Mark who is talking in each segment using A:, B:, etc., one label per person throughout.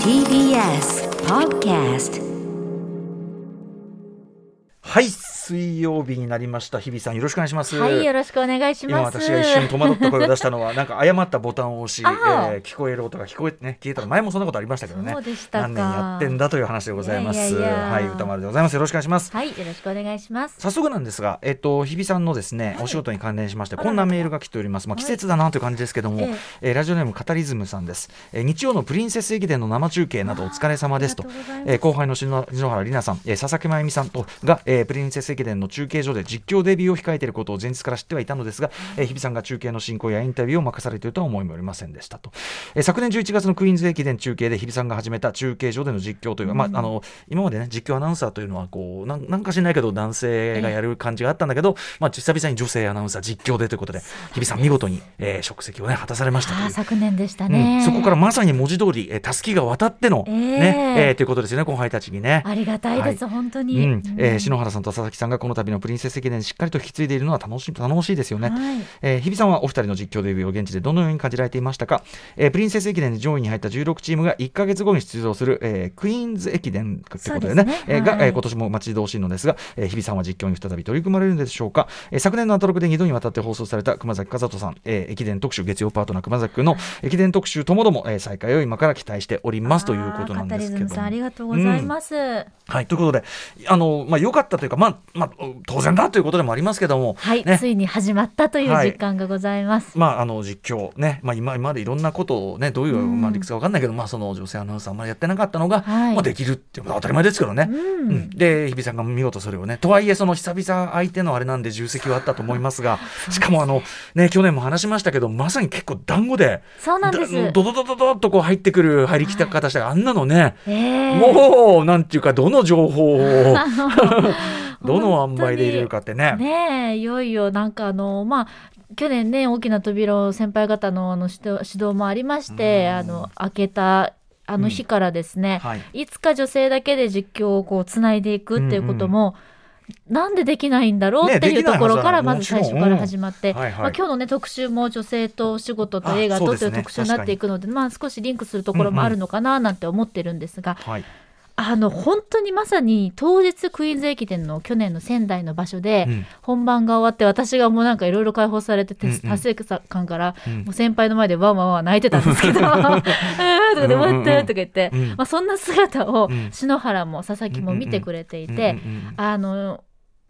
A: TBS Podcast
B: はい水曜日になりました日比さんよろしくお願いします
C: はい、よろしくお願いし
B: 今
C: ます。
B: 私が一瞬戸惑った声を出した のはなんか誤ったボタンを押し、え
C: ああ
B: ー、聞こえる音が聞こえてね消えたの前もそんなことありましたけどね
C: そうでしたか
B: 何年やってんだという話でございます
C: いやいやいや
B: はい歌丸でございますよろしくお願いします
C: はい、よろしくお願いします。
B: 早速なんですが、えっと、日比さんのですね、お仕事に関連しまして、こんなメールが来ております。まあ、季節だなという感じですけども、
C: え
B: えーラジオネームカタリズムさんです。えー日曜のプリンセス駅伝の生中継などお疲れ様ですと。
C: ありがとうございます
B: えー後輩の篠篠原里奈さん、えー佐々木真由美さんとが、えープリンセス駅伝の中継所で実況デビューを控えていることを前日から知ってはいたのですが、えー日比さんが中継の進行やインタビューを任されているとは思いもよりませんでしたと。えー昨年11月のクイーンズ駅伝中継で日比さんが始めた中継所での実況という、まあ、あの、今までね、実況アナウンサーというのは、こう、なんなんか知らないけど、男性がやる感じがあったんだけど、まあ、久々に女性アナウンサー実況でということで、日比さん見事に、えー職責をね、果たされましたとい
C: あ
B: う
C: ー。昨年でした
B: う
C: ね。
B: ん、そこからまさに文字通り、えー、たすきが渡っての、
C: えー
B: ねえーということですよね、後輩たちにね。
C: ありがたいです、
B: は
C: 本当
B: う
C: に。
B: んえー
C: うん
B: 篠原さんと佐々木さんがこの度のプリンセス駅伝にしっかりと引き継いでいるのは楽しい楽しいですよね、
C: はい
B: えー日比さんはお二人の実況デビューを現地でどのように感じられていましたか、えープリンセス駅伝で上位に入った16チームが1か月後に出場する、えークイーンズ駅伝ということで
C: そ
B: ね
C: うですね
B: えーが、
C: はい
B: えー今年も待ち遠しいのですが、えー日比さんは実況に再び取り組まれるのでしょうか、えー昨年のアトロクで2度にわたって放送された熊崎和人さん、えー駅伝特集月曜パートナー熊崎君の駅伝特集ともども、えー再開を今から期待しておりますということなんです
C: あーカタリズ
B: け
C: ム
B: ど
C: さん、
B: も
C: ありがとうございます。
B: はい、ということで、あの、まあ、良かったというか、まあ、まあ、当然だということでもありますけども。
C: はい、
B: ね
C: ついに始まったという
B: はい
C: 実感がございます。
B: まあ、あの実況ね、まあ、今今までいろんなことをねどういう、
C: うん
B: まあ、理屈か分かんないけど、まあ、その女性アナウンサーあんまりやってなかったのが、
C: はい
B: まあ、できるっていうのは当たり前ですけどね、
C: うん
B: うんで日比さんが見事それをねとはいえその久々相手のあれなんで重責はあったと思いま すがしかもあの、ね、去年も話しましたけどまさに結構団子で
C: そうなんです。
B: だドドドドドッとこう入ってくる入りきた方したらあんなのね、
C: えー
B: もうなんていうかどの情報 を どの
C: 本当に
B: 塩梅で入れるかっ てね。
C: ねえいよいよなんかあのまあ去年ね大きな扉を先輩方のあの指導指導もありまして
B: うん
C: あの開けたあの日からですね、
B: はい
C: い、つか女性だけで実況をこうつないでいくっていうことも、なんでできないんだろう
B: ね
C: ってい
B: で
C: う
B: きない
C: と
B: はず
C: ころから
B: なの
C: ま
B: も
C: ず
B: ちろん
C: 最初から始まって、
B: うんはいはい
C: まあ、今日のね特集も女性とお仕事と映
B: あ
C: 画
B: そ
C: と
B: うで
C: と
B: す
C: い
B: ね
C: う特集になっていくのでまあ、少しリンクするところもあるのかななんて思ってるんですが、
B: はい
C: あの本当にまさに当日クイーンズ駅伝の去年の仙台の場所で
B: うん
C: 本番が終わって私がもうなんかいろいろ解放されてて
B: うんうん
C: 達成感から
B: うん
C: もう先輩の前でわんわんわん泣いてたんですけど「う ーん」とかで「
B: うんうんうん
C: 終わった」とか言って
B: うん
C: まあそんな姿を
B: うん
C: 篠原も佐々木も見てくれてい
B: うん
C: て
B: うんうん
C: あの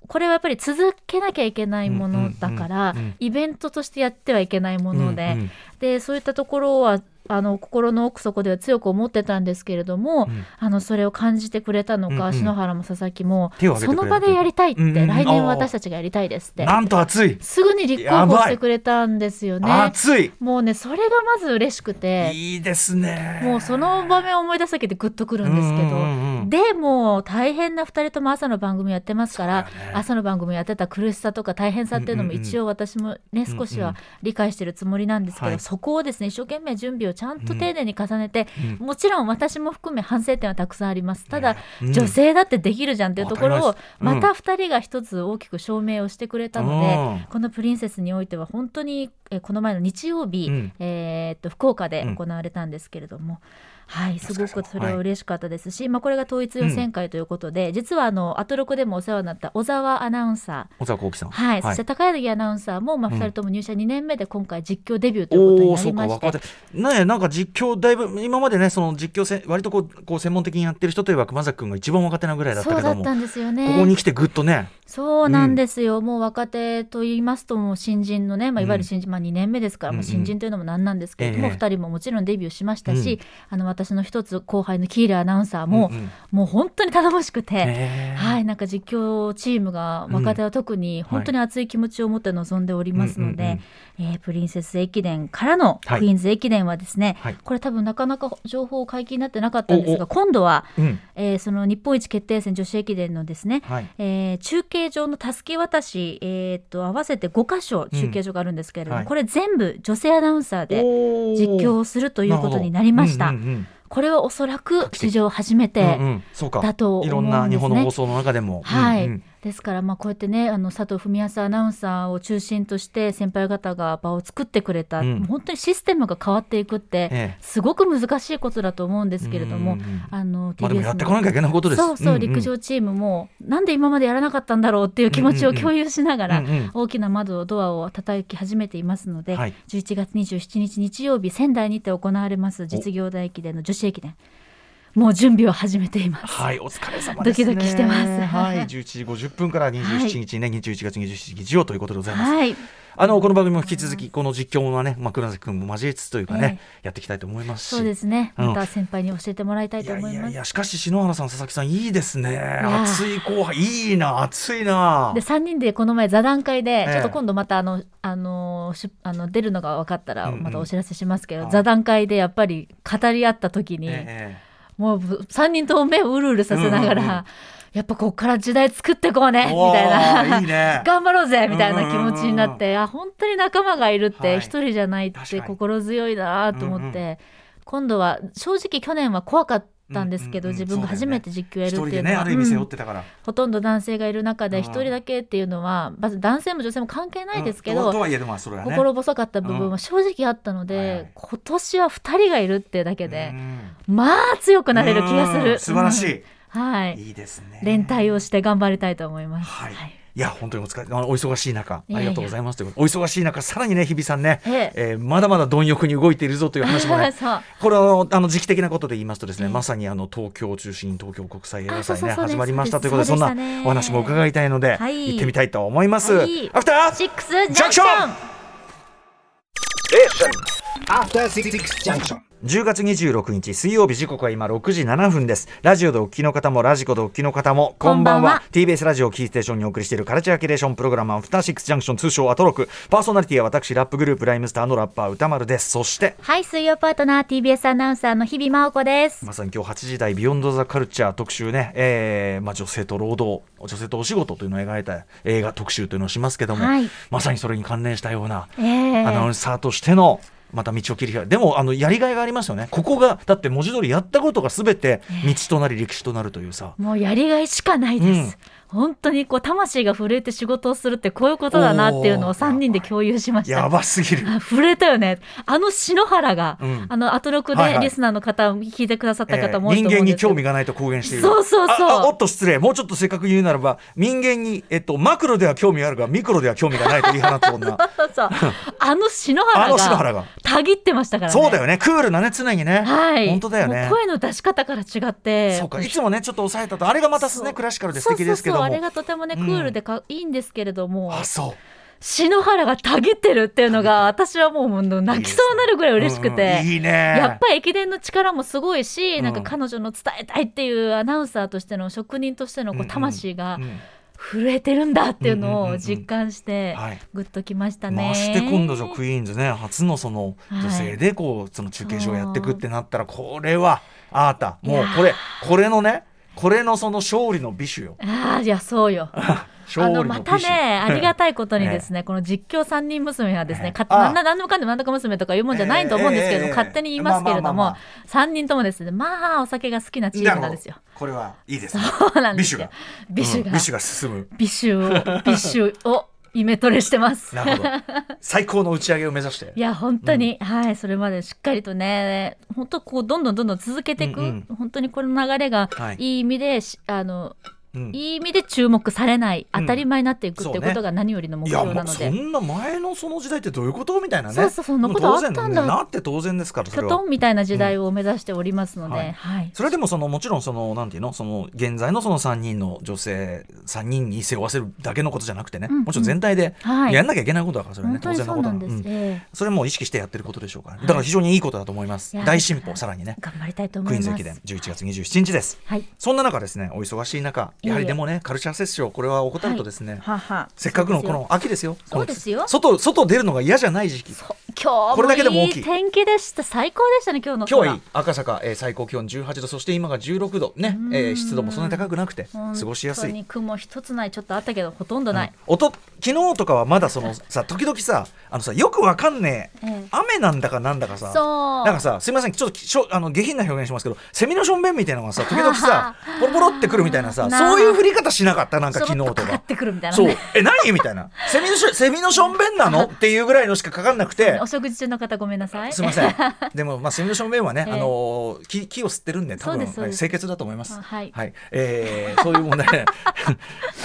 C: これはやっぱり続けなきゃいけないものだから
B: うんうんうんうん
C: イベントとしてやってはいけないもので。
B: うんうん
C: でそういったところはあの心の奥底では強く思ってたんですけれども、
B: うん
C: あのそれを感じてくれたのか、
B: うんうん
C: 篠原も佐々木も
B: 手を挙
C: そ
B: げてくれ
C: の
B: る
C: 場でやりたいって、
B: うんうん
C: 来年は
B: あー
C: 私たちがやりたいですって
B: なんと熱い、
C: すぐに立候補してくれたんですよね。
B: 熱い
C: もうねそれがまず嬉しくて
B: いいですね
C: もうその場面を思い出すだけでグッとくるんですけど。
B: うんうんうん
C: でもう大変な2人とも朝の番組やってますから、
B: そうだよね
C: 朝の番組やってた苦しさとか大変さっていうのも
B: うんうんうん
C: 一応私もね、
B: うん
C: 少しは理解してるつもりなんですけど、
B: はい
C: そこをですね一生懸命準備をちゃんと丁寧に重ねて、
B: う
C: もちろん私も含め反省点はたくさんありますただ、
B: うん
C: 女性だってできるじゃんっていうところ
B: 当
C: を
B: たり前ですうん
C: また2人が一つ大きく証明をしてくれたので。
B: うん
C: このプリンセスにおいては本当にえーこの前の日曜日、
B: うん
C: えーっと福岡で行われたんですけれども、はいすごくそれは嬉しかったですし、まあ、これが統一予選会ということで、実はあのアトロクでもお世話になった小沢アナウンサー
B: 小沢幸喜さん
C: はい、そして高柳アナウンサーも、まあ、
B: うん
C: 2人とも入社2年目で今回実況デビューということ
B: お
C: に
B: お
C: な
B: そ
C: り
B: うか
C: まし
B: 若手
C: て。
B: ねえなんか実況だいぶ今までねその実況せ割とこうこう専門的にやってる人といえば熊崎君が一番若手なぐらいだった
C: そう
B: け
C: だ
B: ど
C: っ
B: も
C: たんですよね
B: ここに来てぐっとね
C: そうなんですよ、もう若手と言いますともう新人のね、まあ、
B: うん
C: いわゆる新人、まあ、2年目ですから、
B: うんう
C: ま
B: ん
C: あ、新人というのもなんなんですけれども、
B: ええ
C: 2人ももちろんデビューしましたし、
B: うん
C: あの私の一つ後輩のキーラアナウンサーも、
B: うんうん
C: もう本当に頼もしくて。
B: ねえ
C: はい、なんか実況チームが若手は特に本当に熱い気持ちを持って臨んでおりますの
B: うんうん
C: で、えープリンセス駅伝からのクイ
B: はい
C: ーンズ駅伝はですね、
B: はい
C: これ多分なかなか情報解禁になってなかったんです
B: おお
C: が今度は、
B: うん
C: えーその日本一決定戦女子駅伝のですね、
B: はい
C: えー中継所のたすき渡し、えーっと合わせて5箇所中継所があるんですけれども、
B: うんはい
C: これ全部女性アナウンサーで
B: おー
C: 実況をするということになりました。
B: るほどうんうんうん
C: これはおそらく
B: 画期的
C: 史上初めて
B: うんうんそうか
C: だと
B: い
C: 思
B: ろん
C: う
B: なん日
C: です
B: 本の
C: ね
B: 放。送の中でも
C: はい、
B: うんうん
C: ですから、まあ、こうやってねあの佐藤文康アナウンサーを中心として先輩方が場を作ってくれた、
B: うん
C: もう本当にシステムが変わっていくって、
B: ええ
C: すごく難しいことだと思うんですけれど
B: う
C: も
B: んうんうん
C: あの
B: まあ、でも
C: TBS
B: やってこなきゃいけないことです
C: そうそう、
B: んん
C: 陸上チームもなんで今までやらなかったんだろうっていう気持ち
B: う
C: を
B: んうんうん
C: 共有しながら、
B: うんうん
C: 大きな窓ドアを叩き始めていますので、
B: はい
C: 11月27日日曜日仙台にて行われます実業大駅伝の女子駅伝もう準備を始めています。
B: はい、お疲れ様です、ね。
C: ドキドキしてます
B: はい、11時50分から27日ね、21月27日日曜ということでございます。
C: はい、
B: あのこの番組も引き続きこの実況はね、まあ倉崎君も交えつつというかね、やっていきたいと思いますし。
C: そうですね。
B: うん
C: また先輩に教えてもらいたい
B: い
C: と
B: や
C: 思
B: い
C: い
B: や
C: ま
B: い
C: す。
B: や、しかし篠原さん、佐々木さん、いいですね。
C: ー
B: 熱い後輩、いいな、熱いな
C: で。3人でこの前座談会で、
B: ええ
C: ちょっと今度またあの、あのしあの出るのが分かったら
B: うんうん
C: またお知らせしますけど、
B: はい
C: 座談会でやっぱり語り合った時に、
B: え
C: もう3人とも目をうるうるさせながら、
B: うんうんうん
C: やっぱここから時代作ってこうねみ
B: え
C: たいな。
B: おーいいね。
C: 頑張ろうぜみたいな気持ちになって、あ本当に仲間がいるっ
B: はい
C: て一人じゃないっ
B: 確か
C: て
B: に
C: 心強いなと思って、
B: うん
C: 今度は正直去年は怖かったんですけど、
B: うんうんうん
C: 自分が初めて実況や
B: 一
C: る
B: 人
C: ってい
B: で
C: うの
B: ね、
C: は、
B: ある意味背
C: う
B: 負
C: ん
B: ってたから。
C: ほとんど男性がいる中
B: う
C: で
B: ん
C: 一人だけっていうのはまず男性も女性も関係ないですけ
B: う
C: ど、
B: んとはいえでもまあそれはね。
C: 心細かった部分は正直あったので、
B: うんはいはい
C: 今年は2人がいるってだけ
B: う
C: で、
B: ん
C: まあ強くなれる気がす
B: うん
C: る
B: 素晴らし
C: うん
B: い。
C: はい
B: いいですね。
C: 連帯をして頑張りたいと思います。
B: はい、い、や本当にお疲れあのお忙しい中
C: いや
B: あ
C: い
B: り
C: や
B: がとうございますということでお忙しい中さらにね日比さんね、
C: ええ
B: えーまだまだ貪欲に動いているぞという話も ね
C: そう
B: これはあのあの時期的なことで言いますとですね、
C: ええ
B: まさにあの東京を中心に東京国際映画
C: あそう
B: 祭
C: そう
B: ね
C: そうです
B: 始まりましたということで
C: そ
B: そ
C: うんでした
B: な
C: ね
B: お話も伺いたいので、
C: はい
B: 行ってみたいと思います、
C: はい
B: アフタ
C: シ
B: ー
C: ックスジ
B: ジャ
C: ャンク
B: ンクシ
C: シ
B: ョン
C: ョン
D: After Six Junction.
B: 10月26日水曜日時刻は今6時7分ですラジオでお聞きの方もラジコでお聞きの方もこ
C: こ
B: ん
C: ん
B: ば
C: ば
B: ん
C: んは
B: は TBS ラジオをキーステーションにお送りしているカルチャーキュレーションプログラムアフターシックスジャンクション通称アトロクパーソナリティは私ラップグループライムスターのラッパー歌丸ですそして
C: はい、水曜パートナー TBS アナウンサーの日々真央子です。
B: まさに今日8時台ビヨンドザカルチャー特集ね、えーまあ、女性と労働女性とお仕事というのを描いた映画特集というのをしますけども、
C: はい
B: まさにそれに関連したような
C: ええ
B: アナウンサーとしてのまた道を切り開くでもあのやりがいがありますよねここがだって文字通りやったことが全て道となり歴史となるというさ、
C: もうやりがいしかないです。本当にこう魂が震えて仕事をするってこういうことだなっていうの
B: お
C: を
B: ー
C: 3人で共有しました。
B: やばすぎる
C: あ震えたよね。あの篠原が、
B: うん
C: あのアトロク
B: はいは
C: で
B: い
C: リスナーの方、聞いてくださった方も多い
B: えー
C: と思
B: 人間
C: うん
B: に
C: ですけ
B: 興
C: ど、
B: 味がないと公言している
C: そうそうそう
B: ああおっと失礼もうちょっとせっかく言うならば人間に、えっと、マクロでは興味あるがミクロでは興味がないと言い放つ女
C: そうそうあの篠
B: あ
C: 原
B: の篠原
C: が
B: が
C: たぎってましたからね。
B: そうだよねクールなね常にね、
C: はい。
B: 本当だよね
C: もう声の出し方から違って。
B: そうかいつもねちょっと抑えたとあれがまたす
C: そ
B: ね
C: う
B: クラシカルで素敵ですけど
C: そうそう
B: も
C: そうあれがとてもね、
B: うん
C: クールでかいいんですけれども
B: あそう
C: 篠原がたぎってるっていうのが私はもうもう泣きそうになるぐらい嬉しくて。
B: うんうんいいね
C: やっぱり駅伝の力もすごいし、
B: うん
C: なんか彼女の伝えたいっていうアナウンサーとしての職人としての
B: うん
C: こ
B: う
C: うん魂が
B: うん
C: 震えてるんだっていう
B: うんうん
C: の
B: うん
C: を実感して
B: はい
C: グッときましたね。
B: まして今度じゃあクイーンズね初のその
C: はい
B: 女性でこうその中継所をやっていくってなったらこれはあーたもうこ
C: い
B: れ
C: や
B: これのねこれのその勝利の美酒よ
C: ああいやそうよ。
B: 勝
C: あ
B: 利
C: の
B: の美
C: ま
B: 酒
C: たねありが
B: と
C: たいことに ですね、この実況三人娘はですね、か
B: あ
C: なんな何でもかんでも何とか娘とかいうもんじゃないと思うんですけれども、
B: ええええええ
C: 勝手に言いますけれど
B: まあまあまあ
C: も
B: ま
C: 三人ともですねまあお酒が好きなチームなんですよ。
B: これはいいですね
C: そうなんですよ。
B: う
C: 美
B: ん
C: 酒が
B: 美酒が進む
C: 美酒を美酒をイメトレしてます。
B: なるほど最高の打ち上げを目指して
C: いや本当に、はいそれまでしっかりとね本当こうどんどんどんどん続けていく、
B: うん
C: 本当にこの流れが
B: はい
C: いい意味で、しあの
B: うん
C: いい意味で注目されない
B: うん
C: 当たり前になっていくっ
B: そう
C: て
B: ね
C: いうことが何よりの目
B: いや
C: 標
B: も
C: な
B: う
C: の
B: そ
C: で、
B: んな前のその時代ってどういうことみたいなね
C: そうそうそんなことあったんだ
B: もう当然ねなって当然ですから
C: き
B: そ
C: ょ
B: れは
C: とんみたいな時代を目指しておりますので、
B: うんは
C: はいい、
B: それでもそのもちろんそのなんていうのその現在のその3人の女性3人に背負わせるだけのことじゃなくてね、
C: うんうん
B: もちろん全体で
C: はい
B: やんなきゃいけないことだからそれはね、
C: 本当に
B: 当然の
C: そう
B: こと
C: なんです、
B: うん
C: ええ
B: それも意識してやってることでしょうから、ねだから非常にいいことだと思います
C: いや
B: 大進歩さらにね
C: 頑張りたいと思
B: クイー
C: い
B: ンズ
C: ま
B: 駅
C: す
B: 伝11月27日です
C: はい
B: そんな中ですねお忙しい中やはりでもねカルチャーセッションこれは怠るとですね、
C: はは
B: せっかくの
C: そうです
B: こ
C: よ
B: の秋ですよ
C: そうですよ
B: この季節外外出るのが嫌じゃない時期
C: そう今日
B: これ
C: も
B: だけでも大
C: い
B: きい
C: い天気でした最高でしたね今日の
B: 今
C: 空
B: 日いい赤坂、えー最高気温18度そして今が16度ね、えー湿度もそんなに高くなくて過ごしやす
C: 本当
B: い
C: に雲一つないちょっとあったけどほとんどない、
B: おと昨日とかはまだそのさ時々さあのさよくわかんねえ、
C: ええ
B: 雨なんだかなんだかさ
C: そう
B: なんかさすみませんちょっとしょあの下品な表現しますけどセミのしょんべんみたいなのがさ時々さポロポロってくるみたいなさ
C: なあ
B: そういう降り方しなかったなんか
C: そ
B: 昨
C: ろ
B: 日
C: っと
B: と
C: かか
B: か
C: っ。てくるみたいな
B: そう
C: ね
B: え何みたいなセミのしょセミのしょんべんなのっていうぐらいのしかかかんなくて
C: お食事中の方ごめんなさい
B: すみません。でも、まあ、セミの正面はね、
C: ええ
B: あのー、木、木を吸ってるんで、多
C: そう
B: 分、
C: ですそう
B: は
C: で
B: い
C: す
B: 清潔だと思います。
C: あはい
B: えーそういう問題 ね。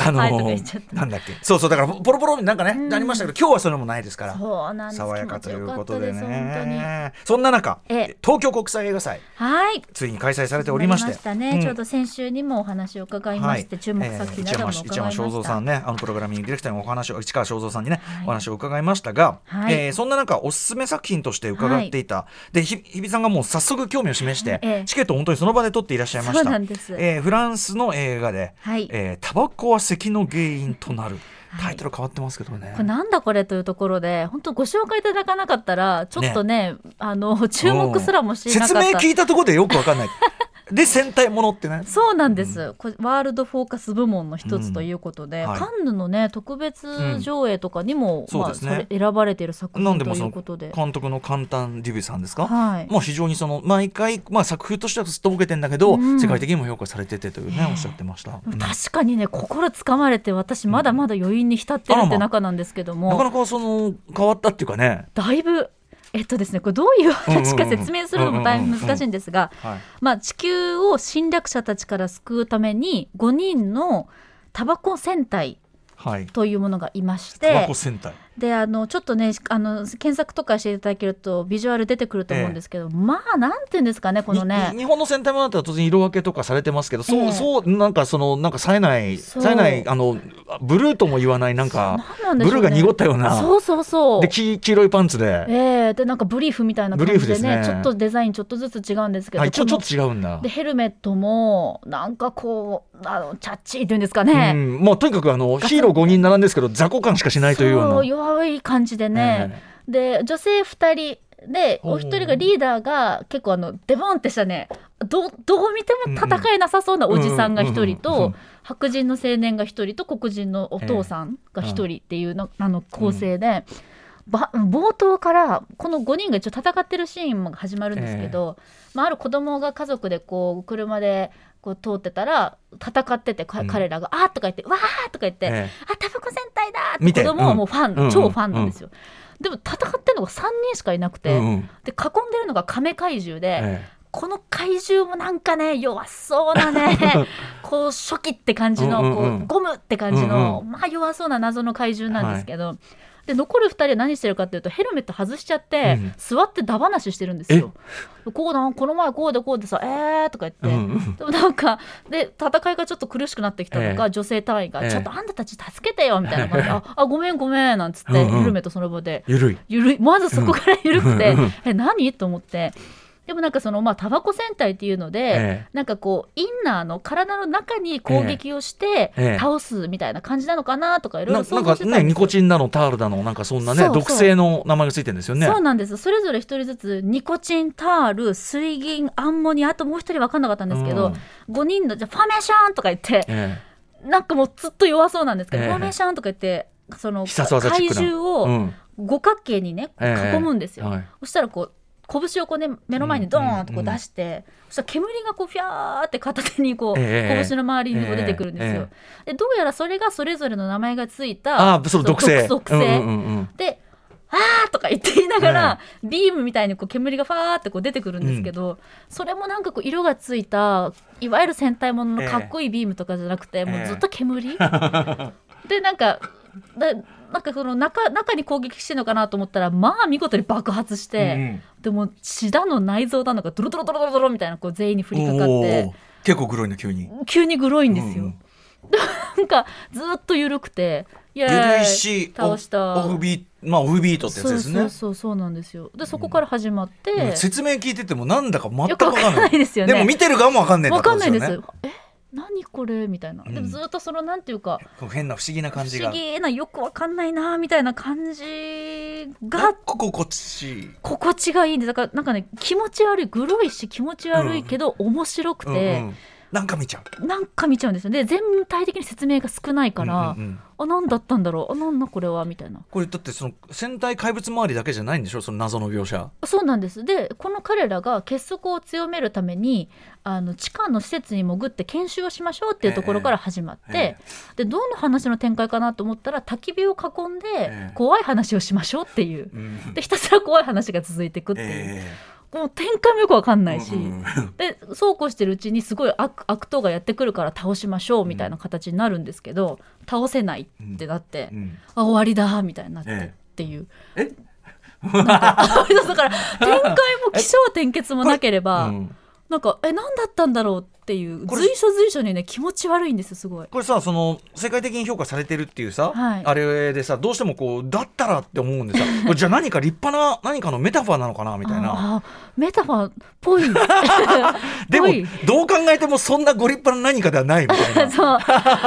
B: あの
C: はいとか言っちゃっ
B: ー、
C: た
B: なんだっけ。そうそう、だから、ポロポロなんかね、
C: ん
B: なりましたけど、今日はそれもないですから。
C: そうなんです
B: 爽やかということで
C: 気持ちよかったです本
B: ね。そんな中、
C: ええ
B: 東京国際映画祭、
C: 当にはい
B: ついに開催されておりまして。
C: なたね、
B: うん
C: ちょうど先週にもお話を伺いまして、注目作品なども
B: え
C: 伺
B: ー一山
C: い
B: 一山
C: ました、
B: 正蔵さんねあのプログラミングディレクターにお話を市川正蔵さんにね、お話を伺いましたが、
C: はい
B: えーそんな中おすすめ作品として伺っていた、でひ日比さんがもう早速興味を示して、
C: ええ
B: チケットを本当にその場で取っていらっしゃいました
C: そうなんです
B: えーフランスの映画で「
C: はい
B: えータバコは咳の原因となる」
C: はい
B: タイトル変わってますけどね。
C: これなんだこれというところで本当ご紹介いただかなかったらちょっとねあの注目すらもしていなかった、
B: うん説明聞いたところでよくわかん ないで戦隊ものってね
C: そうなんです、これワールドフォーカス部門の一つということで、
B: うんはい
C: カンヌのね特別上映とかにも、
B: うん
C: ま
B: そう
C: あ
B: です
C: そ
B: ね
C: れ選ばれている作
B: な
C: 品
B: んで
C: と
B: も
C: い
B: そうの
C: ことで
B: 監督の簡単デュビュさんですか、
C: はい
B: まあ、非常にその毎回、まあ、作風としてはすっとぼけてんだけど、
C: うん
B: 世界的にも評価されててというね、
C: ねえ
B: おっしゃってました。うんな
C: 確かにね心つかまれて私まだまだ余韻に浸ってる
B: あら
C: っ
B: ま
C: て中なんですけども、
B: かなかその変わったっていうかね、
C: だいぶえっとですねこれどういう話か説明するのも大変難しいんですが、
B: はい、
C: まあ、地球を侵略者たちから救うために5人のタバコ戦隊
B: はい、
C: というものがいまし
B: タバ
C: て
B: コ戦隊
C: であのちょっとねあの検索とかしていただけるとビジュアル出てくると思うんですけど、まあなんていうんですかねこの
B: に
C: ね。
B: 日本の戦隊ものだったら当然色分けとかされてますけど、そう、
C: ええ
B: そうなんかそのなんか冴えない
C: そう
B: 冴えないあのブルーとも言わないなんか
C: 何なんでしょ
B: ブ
C: うね
B: ルーが濁ったような
C: そうそうそう
B: で黄黄色いパンツで、
C: ええでなんかブリーフみたいな感じ
B: ブリー
C: で
B: フ
C: ね
B: ですね
C: ちょっとデザインちょっとずつ違うんですけど、
B: あ一応
C: こ
B: ちょ
C: の
B: っと違うんだ
C: で。ヘルメットもなんかこうあのチャッチーっていうんですか
B: う
C: ね、
B: ん、まあとにかくあのヒーロー5人並んですけど雑魚感しかしないというような。
C: そう弱い感じでね、で女性2人で
B: ほう
C: お一人がリーダーが結構あのデボンってしたねどうどう見ても戦えなさそうなおじさんが1人
B: うんうんうんうん
C: と白人の青年が1人と黒人のお父さんが1人っていうの,、あの構成で、ば冒頭からこの5人が一応戦ってるシーンも始まるんですけど、まあ、ある子供が家族でこう車でこう通ってたら戦ってて、か
B: うん
C: 彼らが「あー」とか言って「わー」とか言って「
B: ええ
C: あタバコ戦隊だーって
B: 見て
C: 子供はもうファン、
B: うん
C: 超ファンなんですよ、でも戦ってるのが3人しかいなくて、
B: うんうん
C: で囲んでるのが亀怪獣で、
B: え
C: この怪獣もなんかね弱そうなねこう初期って感じの、
B: うんうんうん
C: こうゴムって感じの、
B: う
C: まあ弱そうな謎の怪獣なんですけど、で残る2人は何してるかっていうとヘルメット外しちゃって、
B: うん
C: 座ってダ話ししてるんですよ。こうなんこの前こうでこうでさ「えー」とか言って、
B: え うん うん
C: でもなんかで戦いがちょっと苦しくなってきたのか、
B: ええ
C: 女性隊員が、
B: ええ
C: ちょっとあんたたち助けてよ」みたいな感じで「ああごめんごめん」なんつって、
B: うんうん
C: ヘルメットその場で
B: ゆるい。
C: ゆるいまずそこから緩くて
B: うんうん
C: 「え何?」と思ってでもなんかそのまあタバコ戦隊っていうので、
B: ええ
C: なんかこうインナーの体の中に攻撃をして
B: ええ
C: 倒すみたいな感じなのかなとかいろい
B: な
C: ろ
B: な
C: 想
B: ん
C: 像
B: か
C: してたんですよ
B: ね、ニコチンだの、タールだの、なんかそんなね、
C: そうそう
B: 毒性の名前がついてるんですよね。
C: そうなんですそれぞれ一人ずつニコチンタール水銀アンモニアあともう一人分かんなかったんですけど、五5人のじゃあファーメーションとか言って、
B: え
C: なんかもうずっと弱そうなんですけど、
B: ええ
C: フォーメーションとか言って、その
B: 必殺技チッ
C: 怪
B: クな
C: 獣
B: えう
C: を
B: ん
C: 五角形にね、こう
B: ええ
C: 囲むんですよ。
B: はい
C: そしたらこう拳をこうね目の前にドーンとこう出して、そしたら煙がこうフィャーって片手にこう、
B: ええ
C: 拳の周りにこう出てくるんですよ。でどうやらそれがそれぞれの名前がついた
B: ああ、その毒性。
C: 毒毒性
B: うんうんうんうん
C: で「あー」とか言って言いながら、ビームみたいにこう煙がファーってこう出てくるんですけど、それもなんかこう色がついたいわゆる戦隊もののかっこいいビームとかじゃなくて、もうずっと 煙、でなんかだなんかその中中に攻撃してるのかなと思ったらまあ見事に爆発して、でも血だの内臓だのがドロドロドロドロドロみたいなこう全員に降りかかっ
B: おー
C: て
B: 結構黒いの、急に。
C: 急にグロいんですよ。
B: うんうん
C: なんかずっと緩くていや
B: ゆるいし、
C: 倒した
B: オフオフビート、まあ、オフビートってやつです
C: そうそう
B: ね。
C: そうそうなんですよでそこから始まって、
B: うん説明聞いてても、なんだか全く
C: よ
B: わ
C: く
B: か
C: わ
B: んない。
C: かんないですよね
B: でも見てる側もわかんない
C: わかんないで
B: って
C: す
B: こ。
C: え何これみたいなで
B: うん
C: もずっとそのなんていうか、
B: こう変な不思議な感じ
C: 不
B: が
C: 思議なよくわかんないなみたいな感じが
B: こここっち
C: 心地がいいんでだからなんかね気持ち悪いグロいし気持ち悪いけど面白く
B: うんう
C: て、
B: ん、なんか見ちゃう
C: なんか見ちゃうんですよで全体的に説明が少ないから、
B: うんうんうん
C: あ何だったんだろうあなんだこれはみたいな
B: これだってその戦隊怪物周りだけじゃないんでしょその謎の描写
C: そうなんですでこの彼らが結束を強めるためにあの地下の施設に潜って研修をしましょうっていうところから始まって、
B: え
C: でどの話の展開かなと思ったら焚き火を囲んで
B: ええ
C: 怖い話をしましょうっていう。
B: うん
C: でひたすら怖い話が続いていくっていう、
B: え
C: もう展開もよくわかん
B: え
C: ないし、
B: うんうん
C: でそうこうしてるうちにすごい悪悪党がやってくるから倒しましょうみたいな形になるんですけど、倒せないってなって、
B: うん
C: あ終わりだみたいになってっ
B: ええ
C: ていう。
B: え
C: なんかだから展開も起承転結もなければ、
B: うん
C: なんかえ何だったんだろうっていう
B: これ
C: 随所随所にね気持ち悪いんですよすごい。
B: これさその世界的に評価されてるっていうさ、
C: はい
B: あれでさどうしてもこうだったらって思うんで さこれじゃあ何か立派な何かのメタファーなのかなみたいな
C: ああメタファーっぽ い
B: でも
C: ぽい
B: どう考えてもそんなご立派な何かではないみたい な。
C: そ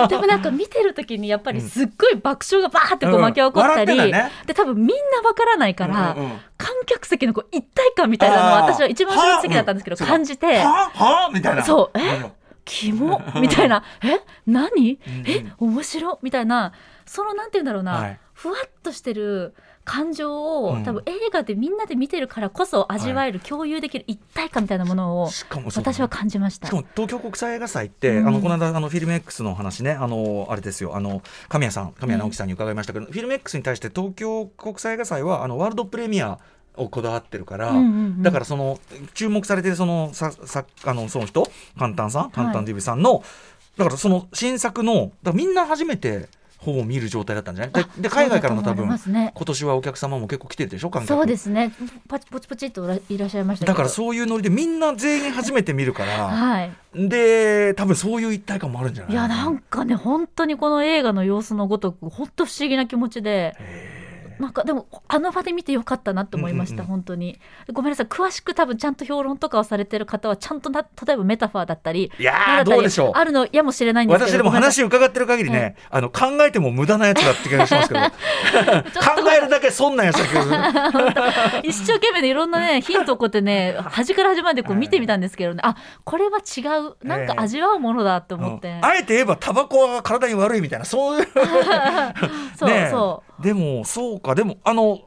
C: うでもなんか見てる時にやっぱりすっごい爆笑がバーってこう巻き起こったり、
B: うんうん笑ってたね
C: で多分みんなわからないから、
B: うんうんうん
C: 観客席のこう一体感みたいなのを
B: あー
C: 私は一番正席だったんですけど
B: はあう
C: 感
B: ん
C: じて
B: はあはあみたいな。
C: そうえ
B: うん
C: キ モみたいなえ何
B: うん
C: え面白みたいなそのなんて言うんだろうな、
B: はい
C: ふわっとしてる感情を、
B: うん
C: 多分映画でみんなで見てるからこそ味わえる、共有できる一体感みたいなものを
B: しかもそうだね
C: 私は感じました
B: しか。も東京国際映画祭って、
C: うん
B: あのこの間あのフィルム X の話ねあのあれですよあの神谷さん神谷直樹さんに伺いましたけど、フィルム X に対して東京国際映画祭はあのワールドプレミアをこだわってるから、
C: うんうんうん
B: だからその注目されてるそのささあのその人簡単さん簡単ディブさんの、だからその新作のだからみんな初めてほぼ見る状態だったんじゃないでで海外からの多
C: そうだと思い
B: 分、
C: ますね
B: 今年はお客様も結構来てるでしょ観客
C: そうですね。パチポチポチっといらっしゃいましたけど。
B: だからそういうノリでみんな全員初めて見る から
C: はい。
B: で多分そういう一体感もあるんじゃない
C: いやなんかね本当にこの映画の様子のごとく本当不思議な気持ちで。なんかでもあの場で見てよかったなって思いました、
B: うんうんうん
C: 本当にごめんなさい詳しく多分ちゃんと評論とかをされてる方はちゃんとな例えばメタファーだったり
B: いやー
C: なんだったり
B: どうでしょう
C: あるのやもしれないんですけど
B: 私でも
C: ごめんなさい
B: 話伺ってる限りね、あの考えても無駄なやつだって気が しますけど考えるだけ損なやつだけど
C: 一生懸命ねいろんな ねヒントをこうやってね端から端までこう見てみたんですけどねあこれは違うなんか味わうものだと思って、
B: うんあえて言えばタバコは体に悪いみたいなそういう
C: そう
B: ねえ
C: そう
B: でもそうかでもあの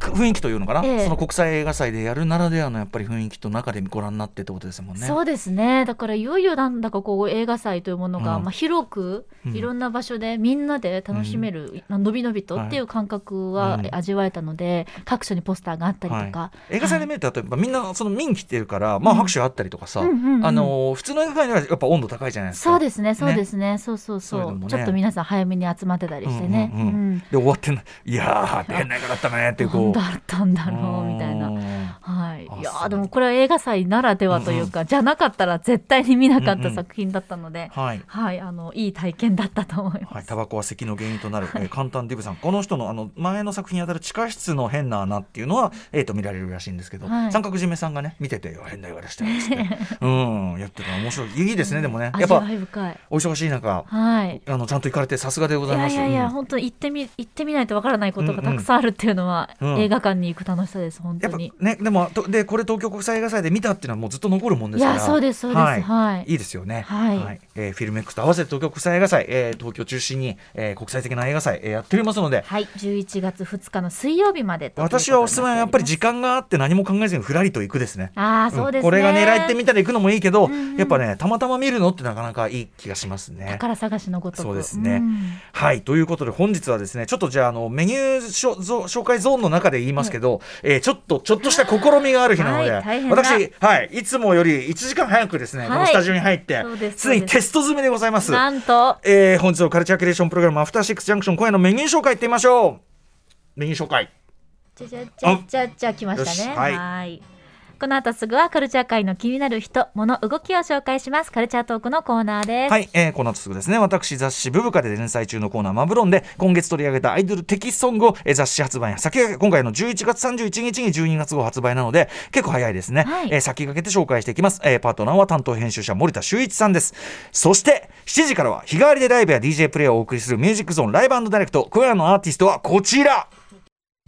B: 雰囲気というのかな、
C: ええ
B: その国際映画祭でやるならではのやっぱり雰囲気と中でご覧になってってことですもんね。
C: そうですねだからいよいよなんだかこう映画祭というものが、
B: うん
C: まあ、広く
B: うん
C: いろんな場所でみんなで楽しめる、のびのびとっていう感覚は
B: はい
C: 味わえたので、各所にポスターがあったりとか、
B: はい、映画祭で見ると例えばみんなその見に来てるから、まあ、拍手あったりとかさ、
C: うんうんうん
B: あの普通の映画館ではやっぱ温度高いじゃないですか。
C: そうですねそうですねそうそうそう
B: そういうのもね
C: ちょっと皆さん早めに集まってたりしてね、
B: うんうんうん
C: うん
B: で終わってないいやー変な映画だったねっていうこう。
C: 何だったんだろうみたいな。
B: な。
C: はい、
B: あ
C: いや
B: そう
C: ーでもこれは映画祭ならではというか、じゃなかったら絶対に見なかった作品だったので、
B: はい。
C: はいあのいい体験だったと思います。
B: はい、タバコは咳の原因となる、えー簡単デブさん、この人のあの前の作品にあたる地下室の変な穴っていうのは、えー、と見られるらしいんですけど、
C: はい
B: 三角締めさんがね、見てて、変な言われしてるっつって、 うん、やってたら面白い、いいですね、でもね、やっ
C: 味
B: ぱ
C: わい深い。
B: お忙しい中、
C: はい。
B: あのちゃんと行かれて、さすがでご
C: い
B: ざい
C: や
B: ま
C: い
B: す。
C: やいや、
B: うん
C: 本当に行ってみ行ってみないとわからないこと
B: うんう
C: が
B: ん
C: たくさんあるっていうのは、
B: うん
C: 映画館に行く楽しさです本
B: や
C: 当
B: っぱ
C: に。
B: ね、でも、とで、これ東京国際映画祭で見たっていうのは、もうずっと残るもんで
C: い
B: すから。
C: やそうですそうですはい。
B: いいですよね。
C: はい
B: えーフィルム X と合わせて東京国際映画祭、えー東京中心に、えー国際的な映画祭、えーやっておりますので、
C: はい、11月2日の水曜日までということになって
B: 私はおすすめはやっぱり
C: おり
B: 時間があって何も考えずにふらりと行くですね。
C: ます。ああーそうですね。
B: これが狙ってみたら行くのもいいけど、
C: んうん
B: やっぱねたまたま見るのってなかなかいい気がしますね。
C: 宝探しのごとく。
B: そうですね
C: ん
B: はいということで本日はですねちょっとじゃああのメニューしょぞ紹介ゾーンの中で言いますけど、えーちょっとちょっとした試みがある日なので、
C: はい大変だ
B: 私、はい、いつもより1時間早くですね、
C: はい
B: このスタジオに入って
C: そうです
B: 常
C: そ
B: に
C: うです
B: テスト詰めでございます。
C: なんと
B: えー本日のカルチャーキュレーションプログラム「アフターシックスジャンクション」今夜のメニュー紹介いってみましょうメニュー紹介
C: じゃじゃじゃじゃじゃ来ました
B: よし
C: ね。
B: はい
C: はい。この後すぐはカルチャー界の気になる人物動きを紹介しますカルチャートークのコーナーです、
B: はい、えー、この後すぐですね、私、雑誌、ブブカで連載中のコーナー、マブロンで、今月取り上げたアイドル的ソングを、えー雑誌発売や、先駆け、今回の11月31日に12月号発売なので、結構早いですね。
C: はい
B: えー先駆けて紹介していきます。えーパートナーは担当編集者、森田修一さんです。そして、7時からは、日替わりでライブや DJ プレイをお送りするミュージックゾーンライブダイレクト、今夜のアーティストはこちら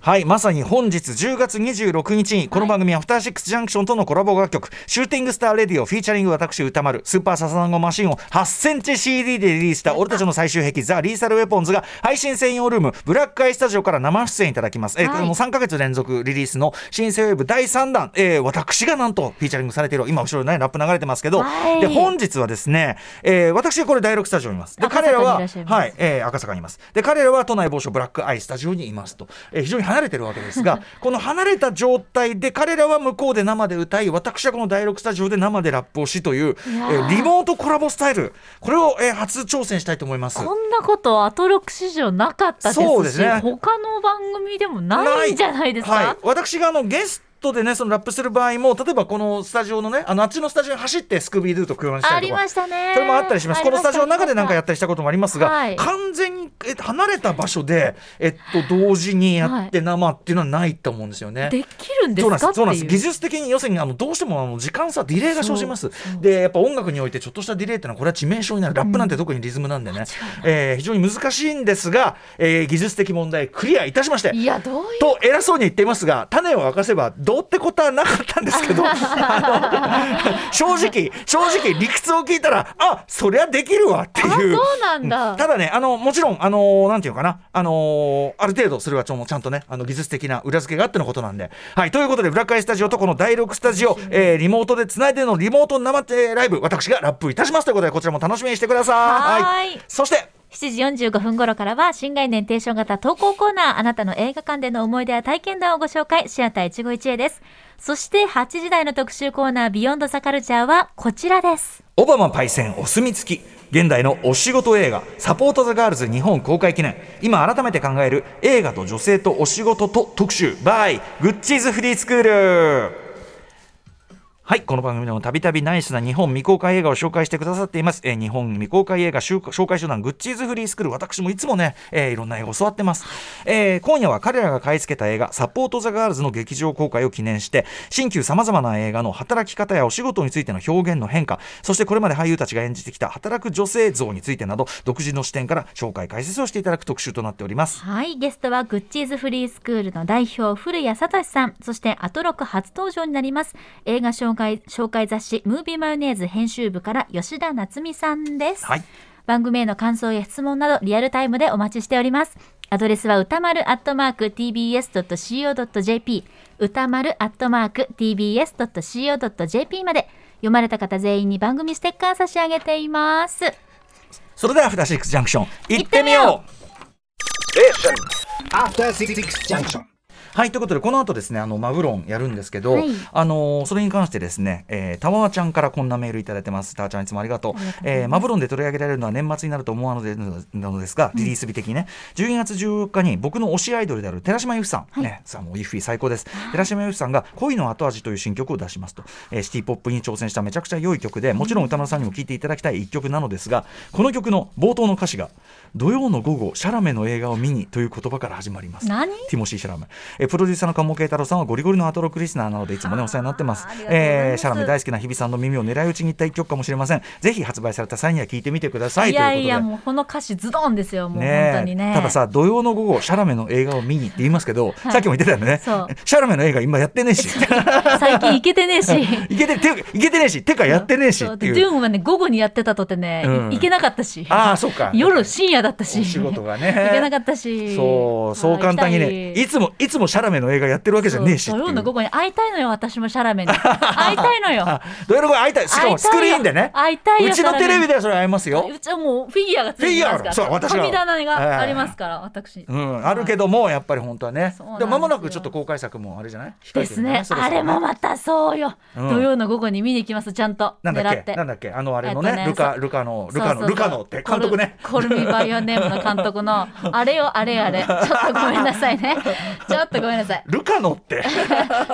B: はい、まさに本日10月26日に、この番組、アフターシックスジャンクションとのコラボ楽曲、シューティングスターレディオ、フィーチャリング私、歌丸、スーパーササナゴマシンを8センチ CD でリリースした、俺たちの最終兵器、ザ・リーサル・ウェポンズが、配信専用ルーム、ブラックアイスタジオから生出演いただきます。えー
C: はい
B: これも3ヶ月連続リリースの、新生ウェブ第3弾、えー私がなんと、フィーチャリングされている、今、後ろにね、ラップ流れてますけど、
C: はい
B: で、本日はですね、えー私はこれ、第6スタジオにいます。で、
C: 赤坂
B: 彼らは、
C: にいらっしゃいます
B: はい、えー赤坂にいますで彼らは都内某所ブラックアイスタジオにいますと、えー非常に離れてるわけで すがこの離れた状態で彼らは向こうで生で歌い私はこの第6スタジオで生でラップをしという
C: いやー
B: えーリモートコラボスタイルこれを、えー初挑戦したいと思います。
C: こんなことアトロック史上なかったですし
B: そうですね
C: 他の番組でもないんじゃないですか、
B: はい、私があのゲストでねそのラップする場合も例えばこのスタジオのねあのあっちのスタジオに走ってスクービードゥと共演した
C: あ
B: り
C: り
B: とか
C: ましたね
B: それもあったりします。このスタジオの中で何かや
C: っ
B: ったりしたこともありますが、
C: はい
B: 完全にえっと離れた場所で、えっと、同時にやって生っていうのはないと思うんですよね。
C: できるんで
B: そ
C: す
B: う
C: か
B: なん
C: っていう
B: ですそうなんです技術的に要するにあのどうしてもあの時間差ディレイが生じます
C: そう
B: でやっぱ音楽においてちょっとしたディレイってのはこれは致命傷になるラップなんて特にリズムなんでね、えー非常に難しいんですが、えー技術的問題クリアいたしまして
C: いやどういう
B: と偉そうに言っていますが種を明かせばどうってことはなかったんです けどあの正直正直理屈を聞いたらあそりゃできるわって
C: あ
B: いう。
C: そうなんだ、
B: うんただね、あの、もちろん、あのなんていうかな、あのある程度、それはちょちゃんとね、あの、技術的な裏付けがあってのことなんで。はい、ということで、ブラックアイスタジオとこの第6スタジオ、えーリモートでつないでのリモート生えーライブ、私がラップいたしますということで、こちらも楽しみにしてください。
C: はーい
B: そして、
C: 7時45分頃からは新概念提唱型投稿コーナーあなたの映画館での思い出や体験談をご紹介シアター一期一会ですそして8時台の特集コーナービヨンドザカルチャーはこちらです
B: オバマパイセンお墨付き現代のお仕事映画サポート・ザ・ガールズ日本公開記念今改めて考える映画と女性とお仕事と特集 by グッチーズフリースクールはい、この番組でもたびたびナイスな日本未公開映画を紹介してくださっています。えー日本未公開映画紹介紹介集団グッチーズフリースクール。私もいつもね、えーいろんな映画を教わってます、えー今夜は彼らが買い付けた映画、サポート・ザ・ガールズの劇場公開を記念して、新旧様々な映画の働き方やお仕事についての表現の変化、そしてこれまで俳優たちが演じてきた働く女性像についてなど、独自の視点から紹介解説をしていただく特集となっております。
C: はいゲストはグッチーズフリースクールの代表古谷聡さんそしてアトロック初登場になります映画紹介紹介雑誌「ムービーマヨネーズ」編集部から吉田夏美さんです、
B: はい。
C: 番組への感想や質問などリアルタイムでお待ちしておりますアドレスは歌丸アットマーク tbs.co.jp 歌丸アットマーク tbs.co.jp まで読まれた方全員に番組ステッカー差し上げています
B: それでは、アフターシックス・ジャンクション、行ってみ
C: 行ってみ
B: よ
C: よ
B: う
D: After Six Junction.
B: はいということでこの後ですねあのマブロンやるんですけど、
C: はい
B: あのーそれに関してですね、えー、タワーちゃんからこんなメールいただいてますタワーちゃんいつもありがとうえーマブロンで取り上げられるのは年末になると思わぬなのですがリリース日的にね、12月14日に僕の推しアイドルである寺島由布さん、ねさあもうユフィ最高です寺島由布さんが恋の後味という新曲を出しますと、えーシティポップに挑戦しためちゃくちゃ良い曲でもちろん歌丸さんにも聴いていただきたい一曲なのですがこの曲の冒頭の歌詞が土曜の午後シャラメの映画を見にという言葉から始まります
C: 何
B: ティモシー・シャラメ。えープロデューサーの鴨慶太郎さんはゴリゴリのアトロクリスナーなのでいつもねお世話になってます。
C: ありがとうございます
B: えーシャラメ大好きな日比さんの耳を狙い撃ちにいった一曲かもしれません。ぜひ発売された際には聞いてみてください
C: いやいや
B: ということで。
C: もうこの歌詞ズドンですよもう
B: ねえ
C: 本当にね
B: たださ土曜の午後シャラメの映画を見にって言いますけど、
C: い
B: さっきも言ってたよね
C: そう
B: シャラメの映画今やってねえし
C: 最近いけてねえし
B: いけててかいけてねえしてか やってねえし
C: そう
B: って
C: でデ
B: い
C: ュ
B: う
C: ーンはね午後にやってたとてね、
B: うん
C: いいけなかったし
B: ああそうか
C: 夜深夜だったし
B: お仕事がね
C: いけなかったし
B: そうそう簡単にねい
C: つ
B: つもいつもシャラメの映画やってるわけじゃねえし
C: 土
B: っていう
C: 曜の午後に会いたいのよ私もシャ ラメに会いたいのよ
B: あ土曜の午後会いたいしかもスクリーンでね
C: 会いたいよ
B: うちのテレビ
C: で
B: ではそれ会えますよ
C: うちはもうフィギュアがついてますから
B: フィギュアそう私が
C: 神棚がありますから、私、
B: うん、あるけどもやっぱり本当はね
C: そうなんです
B: で
C: よ
B: まもなくちょっと公開作もあれじゃない控
C: で
B: えて
C: す
B: るんだ
C: ね
B: そろ
C: あ
B: そろ
C: れもまたそうよ、
B: うん
C: 土曜の午後に見に行きますちゃんと
B: なんだ
C: 狙
B: っ
C: っ
B: け
C: て
B: なんだっけあのあ
C: えっ
B: れの
C: と
B: ね
C: ね
B: ルカルカのルカ
C: そうそうそ
B: の
C: う
B: ルカのって監督ね
C: コルコルミバイオネームの監督のあれよあれあれちょっとごめんなさいねちょっととごめんなさい。
B: ルカノ って。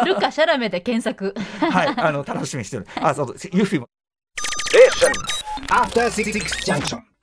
C: ルカ・シャラメで検索。
B: はい、あの、楽しみにしてる。あ、そう、ユフィも。
D: After Six Junction.